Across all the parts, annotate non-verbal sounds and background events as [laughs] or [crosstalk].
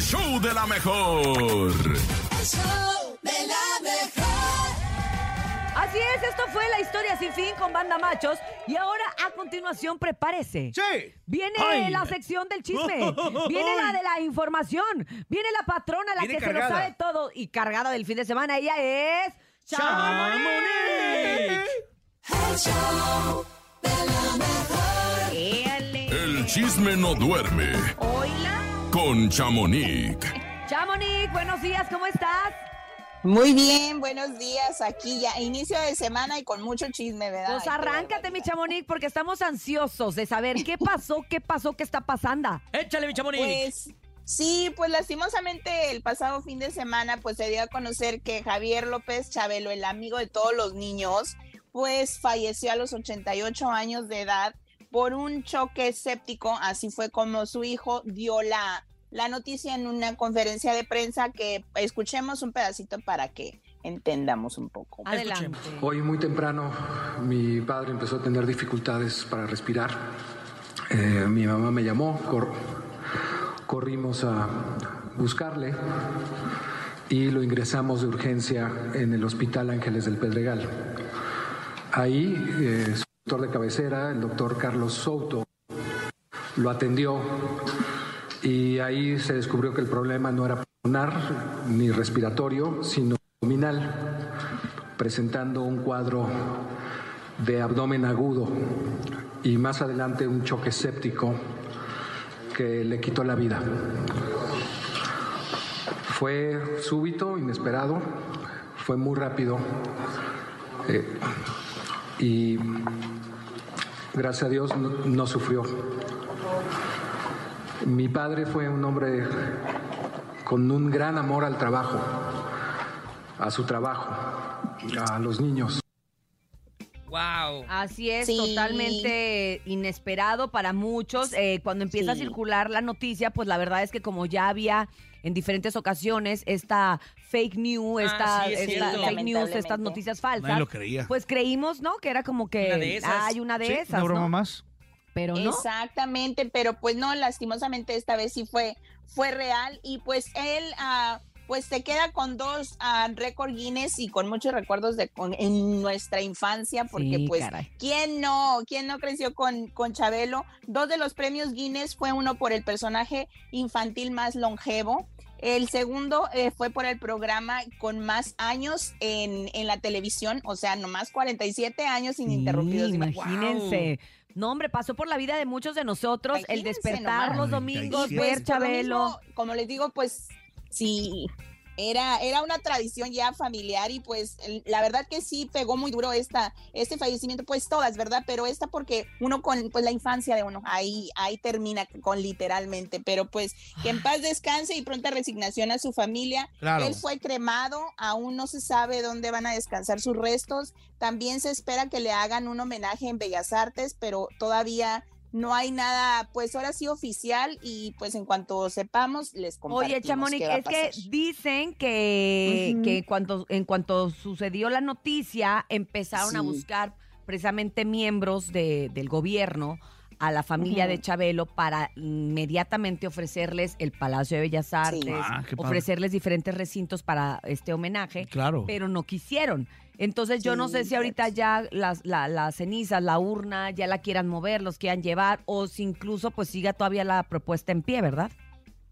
show de la mejor. El show de la mejor. Así es, esto fue la historia sin fin con Banda Machos. Y ahora, a continuación, prepárese. ¡Sí! Viene Ay. la sección del [laughs] chisme, viene la de la información, viene la patrona, la Viene que se lo cargada. sabe todo y cargada del fin de semana. Ella es. ¡Chamonix! El show de la mejor. ¡Ele! El chisme no duerme ¡Hola! con Chamonix. Chamonix, buenos días, ¿cómo estás? Muy bien, buenos días. Aquí ya inicio de semana y con mucho chisme, ¿verdad? Pues Ay, qué arráncate, barbaridad. mi Chamonix, porque estamos ansiosos de saber qué pasó, qué pasó, qué está pasando. ¡Échale, mi chamonix! Pues sí, pues lastimosamente el pasado fin de semana pues se dio a conocer que Javier López Chabelo, el amigo de todos los niños, pues falleció a los 88 años de edad por un choque séptico, así fue como su hijo dio la, la noticia en una conferencia de prensa que escuchemos un pedacito para que entendamos un poco. Adelante. Hoy muy temprano mi padre empezó a tener dificultades para respirar. Eh, mi mamá me llamó, cor- corrimos a buscarle y lo ingresamos de urgencia en el Hospital Ángeles del Pedregal. Ahí eh, su doctor de cabecera, el doctor Carlos Souto, lo atendió y ahí se descubrió que el problema no era pulmonar ni respiratorio, sino abdominal presentando un cuadro de abdomen agudo y más adelante un choque séptico que le quitó la vida. Fue súbito, inesperado, fue muy rápido eh, y gracias a Dios no- no sufrió. Mi padre fue un hombre con un gran amor al trabajo, a su trabajo, a los niños. ¡Wow! Así es, Sí. totalmente inesperado para muchos. Eh, cuando empieza a Sí. circular la noticia, pues la verdad es que como ya había en diferentes ocasiones esta fake news, Ah, esta, sí, es esta cierto. fake news, Lamentablemente. estas noticias Nadie falsas, lo creía. pues creímos, ¿no? Que era como que Una de esas. hay una de Sí, esas, una broma ¿no? más. Pero no. Exactamente, pero pues no, lastimosamente esta vez sí fue, fue real y pues él ah, pues se queda con dos ah, récord Guinness y con muchos recuerdos de con- en nuestra infancia porque Sí, pues caray. ¿Quién no? ¿Quién no creció con, con Chabelo? Dos de los premios Guinness fue uno por el personaje infantil más longevo. El segundo eh, fue por el programa con más años en, en la televisión, o sea, nomás 47 años ininterrumpidos. Sí, Ima- imagínense. No, hombre, pasó por la vida de muchos de nosotros el Imagínense despertar nomás. los domingos, 97. ver Pues, por lo Chabelo. mismo, como les digo, pues sí, era, era una tradición ya familiar y pues el- la verdad que sí pegó muy duro esta, este fallecimiento, pues todas, ¿verdad? Pero esta porque uno con pues, la infancia de uno, ahí, ahí termina con literalmente, pero pues que en paz descanse y pronta resignación a su familia. Claro. Él fue cremado, aún no se sabe dónde van a descansar sus restos. También se espera que le hagan un homenaje en Bellas Artes, pero todavía no hay nada, pues ahora sí oficial y pues en cuanto sepamos les compartimos. Oye, Chamonix, qué va a es que pasar. dicen que, Ujú. que en, cuanto, en cuanto sucedió la noticia, empezaron a Sí. buscar precisamente miembros de- del gobierno a la familia Ujú. de Chabelo para inmediatamente ofrecerles el Palacio de Bellas Artes, Ah, qué padre. ofrecerles diferentes recintos para este homenaje, Claro. pero no quisieron. Entonces yo no Sí, sé si ahorita exacto. ya las, la, las cenizas, la urna, ya la quieran mover, los quieran llevar, o si incluso pues siga todavía la propuesta en pie, ¿verdad?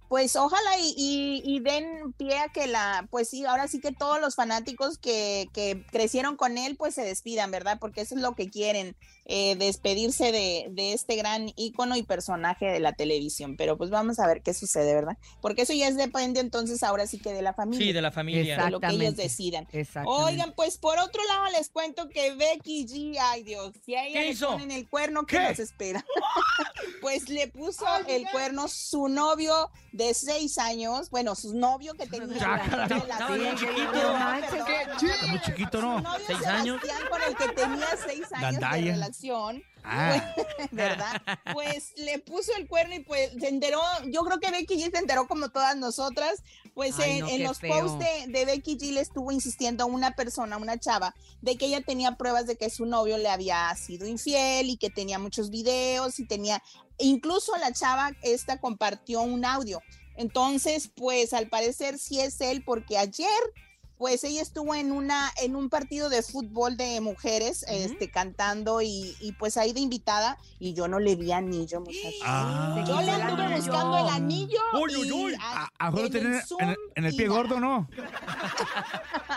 Pues ojalá y, y- y den pie a que la, pues sí, ahora sí que todos los fanáticos que, que crecieron con él, pues se despidan, ¿verdad? Porque eso es lo que quieren, eh, despedirse de, de este gran ícono y personaje de la televisión. Pero pues vamos a ver qué sucede, ¿verdad? Porque eso ya es depende entonces ahora sí que de la familia, Sí, de, de la familia. Exacto. lo que ellos Exactamente. decidan. Exactamente. Oigan, pues por otro lado les cuento que Becky G, ay Dios, si a ella ¿Qué le hizo? ponen el cuerno, ¿qué, ¿Qué? nos espera? [laughs] pues le puso el cuerno su novio de seis años, bueno, su novio que tenía Chácala, durante no, la no, no, serie, chiquito. perdón, No manches, perdón, pues, qué no, Está muy chiquito, Su ¿no? novio ¿Seis años? Sebastián, con el que tenía seis años Gandalla. de relación, Ah, [laughs] [laughs] ¿verdad? Pues le puso el cuerno y pues se enteró, yo creo que Becky G se enteró como todas nosotras, pues Ay, en, no, en qué los feo. posts de, de Becky G le estuvo insistiendo a una persona, una chava, de que ella tenía pruebas de que su novio le había sido infiel y que tenía muchos videos y tenía, incluso la chava esta compartió un audio Entonces, pues al parecer sí es él, porque ayer, pues ella estuvo en una, en un partido de fútbol de mujeres, este, cantando y, y, pues ahí de invitada, y yo no le vi anillo, muchachos. Ah. quitó Yo le el anduve anillo. buscando el anillo. Uy, uy, y uy. a- A, Ah, a lo en el tener en, el- Zoom en el y pie nada. gordo, ¿no?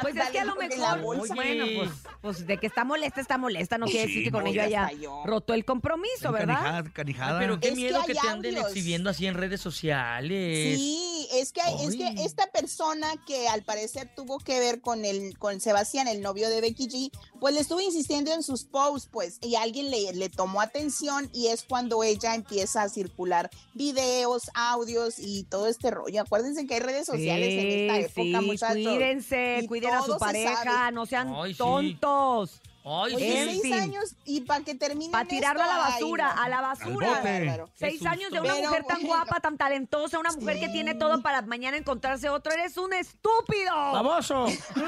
Pues es que a lo Dale, en la mejor, bolsa. bueno, pues, pues de que está molesta, está molesta, no quiere decir que con pues, ello ya haya está yo. roto el compromiso, ¿verdad? Canijada, canijada. Ah, pero qué Es que miedo que, hay te anden audios. exhibiendo así en redes sociales. Sí, es que, es que Ay. esta persona que al parecer tuvo que ver con el con Sebastián, el novio de Becky G, pues le estuvo insistiendo en sus posts, pues, y alguien le, le tomó atención y es cuando ella empieza a circular videos, audios y todo este rollo. Acuérdense que hay redes sociales en esta época, sí, muchachos. cuídense, Y cuiden a todo su se pareja, sabe. no sean Ay, sí. tontos. Ay, Oye, En seis sí. fin. años y para que termine Para tirarlo a la basura, a la bote. basura. Bárbaro. Qué Seis susto. años de una Pero mujer tan bueno. guapa, tan talentosa, una mujer que tiene todo para mañana encontrarse otro. ¡Eres un estúpido! ¡Baboso! Y sí, me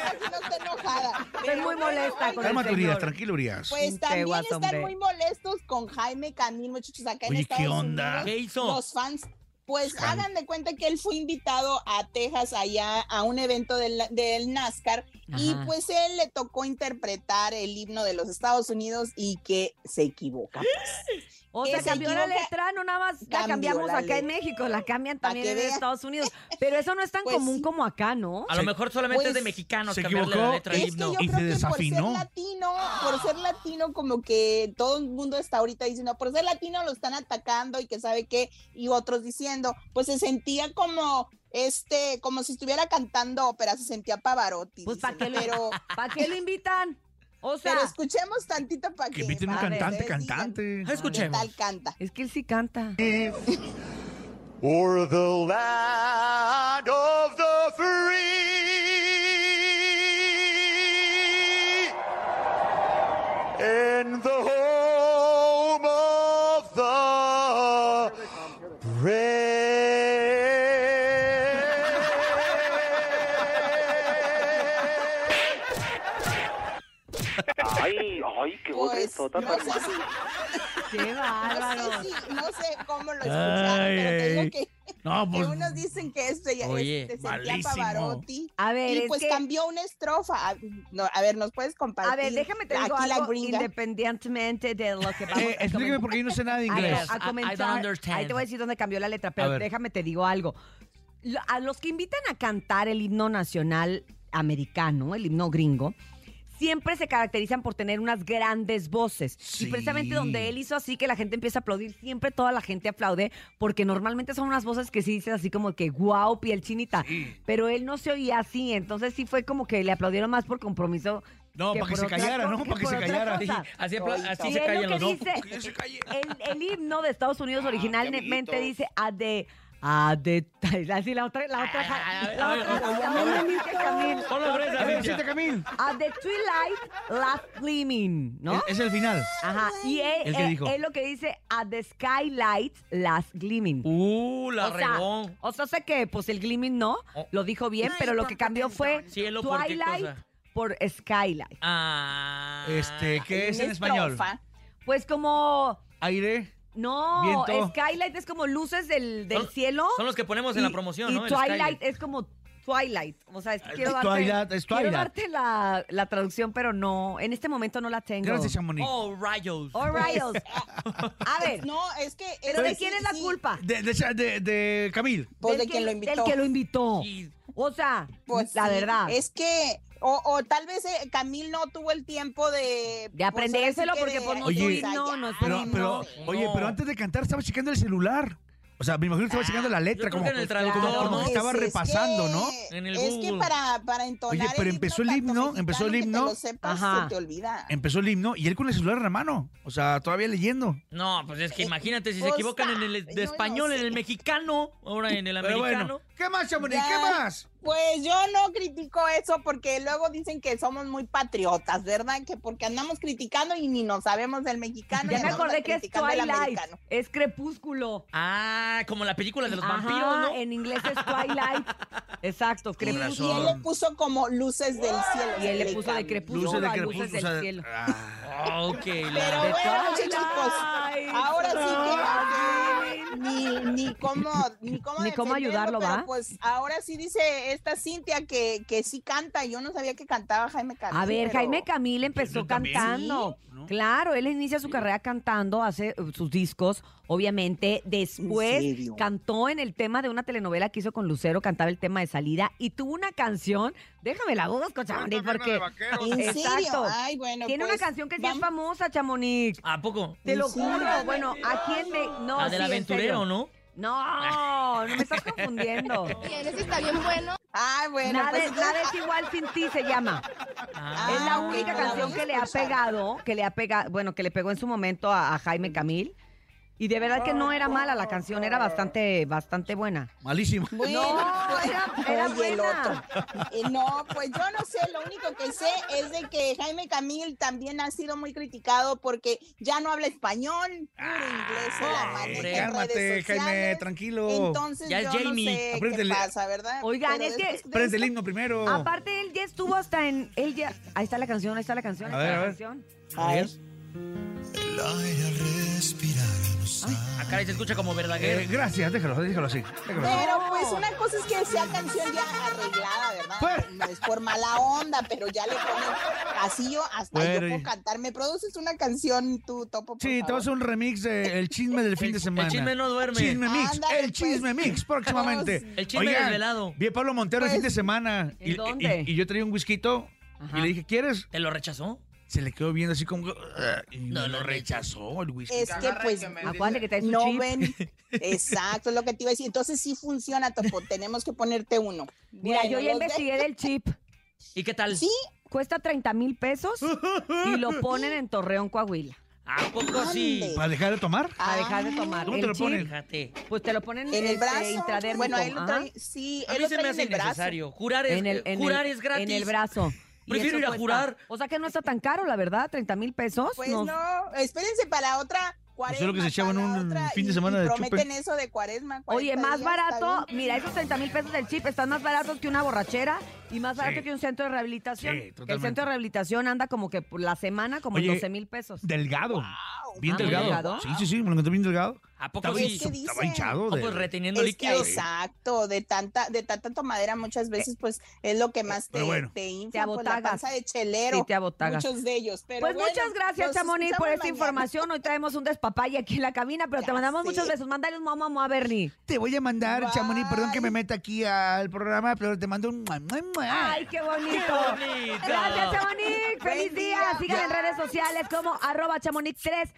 imagino que enojada. Estoy muy molesta con el Calma, Urias, señor. tranquilo, Urias. Pues Sin también peguas, están hombre. muy molestos con Jaime Camil, muchachos, acá en Oye, ¿qué Estados onda? Unidos. ¿Qué hizo? Los fans, pues hagan de cuenta que él fue invitado a Texas allá a un evento del, del NASCAR y Ajá. pues él le tocó interpretar el himno de los Estados Unidos y que se equivoca. O que sea, se cambió la equivoca, letra, no nada más la cambió cambiamos la acá en letra. México, la cambian Pa' también que en vea. Estados Unidos. [laughs] Pero eso no es tan Pues común sí. como acá, ¿no? A lo mejor solamente es de Pues, mexicanos se cambiarle la equivocó. letra al Es que himno. yo Y creo se que por desafinó. ser latino, por ser latino, como que todo el mundo está ahorita diciendo, por ser latino lo están atacando y que sabe qué, y otros diciendo, pues se sentía como este, como si estuviera cantando ópera, se sentía Pavarotti. Pues, ¿pa' dicen, qué lo- [laughs] pero, ¿Para [laughs] qué lo invitan? O sea, pero escuchemos tantito para que. ¿eh? Que inviten un para que cantante, ustedes cantante. digan Ah, ¿Qué Escuchemos. tal canta? es que él sí [laughs] canta. or the land of the free in the home of the brave. Ay, ay, qué voz Pues, tota no tan sé si, ¡Qué bárbaro! no sé si- no sé cómo lo Ay, escucharon, pero te digo ay. que. No, Que pues. unos dicen que esto ya Oye, este, sentía malísimo. Pavarotti. A ver, y es pues que- cambió una estrofa. A, no, a ver, ¿nos puedes compartir? A ver, déjame te la- digo aquí la algo gringa? independientemente de lo que vamos Eh, a explíqueme por qué yo no sé nada de A ver, a inglés. I- I don't comenzar, ahí understand. te voy a decir dónde cambió la letra, A pero ver. déjame te digo algo. Lo- A los que invitan a cantar el himno nacional americano, el himno gringo, siempre se caracterizan por tener unas grandes voces. Sí. Y precisamente donde él hizo así que la gente empieza a aplaudir, siempre toda la gente aplaude, porque normalmente son unas voces que sí dices así como que wow, piel chinita. Pero él no se oía así, entonces sí fue como que le aplaudieron más por compromiso. No, para que por se otra callara, cosa- ¿no? Para que por se otra callara. cosa. Así, apla- así Y es se lo callan los que dos. dice, el, el himno de Estados Ah, Unidos originalmente dice a de a de así la otra la Ah, otra la otra- ay, ay, la otra- Camil. Ponlo otra vez, A ver, Cintia. siete, Camil. a the twilight last gleaming, ¿no? Es es el final. Ajá, y él, ¿El qué él- dijo? él lo que dice a the skylight last gleaming. Uh, la o sea, regó. o sea, sé que pues el gleaming no, Oh. lo dijo bien, pero lo que cambió fue Cielo por qué twilight cosa. por skylight. Ah. Este, ¿qué es en Una español? estrofa. Pues como Aire. no, Viento. skylight es como luces del, del Son- cielo. Son los que ponemos en la promoción, y ¿no? El Twilight Skyler. es como Twilight. O sea, es que quiero darte, Twilight, es quiero Twilight. darte la, la traducción, pero no, en este momento no la tengo. Gracias, Chamonix. Oh, rayos. All Rayos. [laughs] A ver, No, es que. ¿pero es de que quién sí, es la sí, culpa? De, de, Cha- de- de Camil. Pues de Del quien lo invitó. Del que lo invitó. Y- O sea, Pues la sí, verdad. Es que. O, o tal vez eh, Camil no tuvo el tiempo de. De aprendérselo, ahora sí que porque, pues, no es tu himno, no es tu Pero, no, pero, no. Ah, oye, pero antes de cantar estaba checando el celular. O sea, me imagino que estaba checando la Yo letra. creo Como, que en el Claro, traductor, como ¿no? que Pues estaba es repasando, que- ¿no? En el es que Google. para, para entonar. pero empezó el tanto himno, empezó el himno. mexicano Que te lo sepas, Ajá. se te olvida. Empezó el himno y él con el celular en la mano. O sea, todavía leyendo. No, pues es que Eh, imagínate si se o equivocan sea, en el yo de no español, en sé. el mexicano, ahora en el Pero americano. bueno. ¿Qué más, Chamonix? ¿Qué Ya. más? Pues yo no critico eso porque luego dicen que somos muy patriotas, ¿verdad? Que porque andamos criticando y ni nos sabemos del mexicano. ya y me andamos acordé que es criticando al Twilight. americano. Es crepúsculo. Ah, como la película de los Ajá, vampiros, ¿no? en inglés es [laughs] Twilight. Exacto, Y, Con crepúsculo. razón. y él le puso como luces del cielo. Y él le se puso de cambió. crepúsculo Luces de a crepúsculo, luces del o sea, cielo. ah. Ah, ok, la- Pero De bueno, muchachos, pues, Twilight. ahora sí que- Ay, ni, ni cómo, ni cómo, Ni cómo defenderlo, ayudarlo, pero ¿va? Pues ahora sí dice esta Cintia que, que sí canta. Yo no sabía que cantaba Jaime Camil. A ver, pero- Jaime Camil empezó Yo también. cantando. ¿No? Claro, él inicia su carrera cantando, hace eh, sus discos, obviamente. Después ¿En serio? cantó en el tema de una telenovela que hizo con Lucero, cantaba el tema de salida y tuvo una canción. Déjame la busco, Chamonix, porque ¿En serio? Exacto. Ay, bueno, tiene una pues, canción que sí es vamos- famosa, Chamonix. ¿A poco? Te lo ¿en juro. serio? Bueno, aquí en me... No, La del sí, en aventurero, serio. ¿no? No, no me estás confundiendo. [laughs] Ay, bueno, nada, pues, es- nada es igual sin ti se llama. Ah, Es la Ah, única la canción voy a que le ha escuchar. pegado, que le ha pegado, bueno, que le pegó en su momento a, a Jaime Camil. Y de verdad que no era mala la canción, era bastante, bastante buena. Malísimo. Bueno, No, pues, era- era oye, el buena. otro. Eh, No, pues yo no sé, lo único que sé es de que Jaime Camil también ha sido muy criticado porque ya no habla español, puro inglés se la maneja hombre, en Ah, Cálmate, redes Jaime, sociales. tranquilo. Entonces Ya es yo Jamie, no sé qué apréndele. pasa, ¿verdad? Oigan, es que- después de Prende el esto- himno primero. Aparte, él ya estuvo hasta en. Él ya. Ahí está la canción, ahí está la canción, A ahí está ver, la a ver. canción. A ver. El aire al respirar nos acá ah, se escucha como Eh, Verdaguer. gracias, déjalo, déjalo así. déjalo así. Pero pues una cosa es que sea canción ya arreglada, ¿verdad? Pues. No es por mala onda, pero ya le ponen así yo hasta Bueno, yo y- puedo cantar. ¿Me produces una canción tú, Topo? por Sí, te favor? vas a un remix de El Chisme del Fin de el Semana. chisme no duerme. Chisme Mix, Ándale, El Chisme pues. Mix, próximamente. [laughs] [laughs] Vamos. El chisme desvelado. Vi a Pablo Montero el Pues. fin de semana. Oh, ¿En y, dónde? y- y yo traía un whisky Ajá. y le dije, ¿quieres? ¿Te lo rechazó? Se le quedó viendo así como... que, "Ugh", Y No, me no, lo no. rechazó el whisky. Es que pues Acuérdate que traes un no chip. [laughs] ven. Exacto, es lo que te iba a decir. Entonces sí funciona, Topo. Tenemos que ponerte uno. Mira, Bueno, yo ya los de- investigué del chip. ¿Y qué tal? Sí, Cuesta 30 mil pesos y [laughs] lo ponen en Torreón, Coahuila. ¿A poco sí? Ande. ¿Para dejar de tomar? A dejar de tomar. ¿Cómo te El lo chip, ponen? Fíjate. Pues te lo ponen Ah, en el este, brazo. intradérmico. Bueno, él lo ajá. trae. Sí, A él mí lo se me trae hace en el brazo. innecesario. Jurar es, en el, en jurar el- es gratis. En el brazo. Y [laughs] Prefiero eso ir a cuesta. jurar. O sea que no está tan caro, la verdad, 30 mil pesos. Pues nos- no, espérense para otra. Pues es lo que se cuaresma, echaban para un otra, fin de y- semana y de chupe. Prometen eso de cuaresma. Oye, 40 más días, está barato, bien. mira, esos 30 mil pesos del chip están más baratos que una borrachera y más barato que un centro de rehabilitación. Sí, el totalmente. centro de rehabilitación anda como que por la semana como en Oye, 12 mil pesos. Delgado. Bien Ah, muy delgado. delgado. Sí, sí, sí, me lo encontré bien delgado. ¿A poco Estaba, Pues sí? es que hinch- dicen. estaba hinchado. No, De... pues reteniendo Es que, líquido. exacto, de tanta, de tanta tomadera muchas veces, pues es lo que más te, pero bueno. te infla, Te pues, la abotagas. panza de chelero. Sí, te abotagas. Muchos de ellos. Pero pues bueno, muchas gracias, nos Chamonix, por escuchamos esta mañana. información. Hoy traemos un despapalle aquí en la cabina, pero te Ya mandamos sé. muchos besos. Mándale un momo a Bernie. Te voy a mandar, Chamonix, perdón que me Bye. meta aquí al programa, pero te mando un... mua, mua, mua. ¡Ay, qué bonito! ¡Qué bonito! Gracias, Chamonix. ¡Feliz Buen día! día. Sigan en redes sociales como arroba chamonix3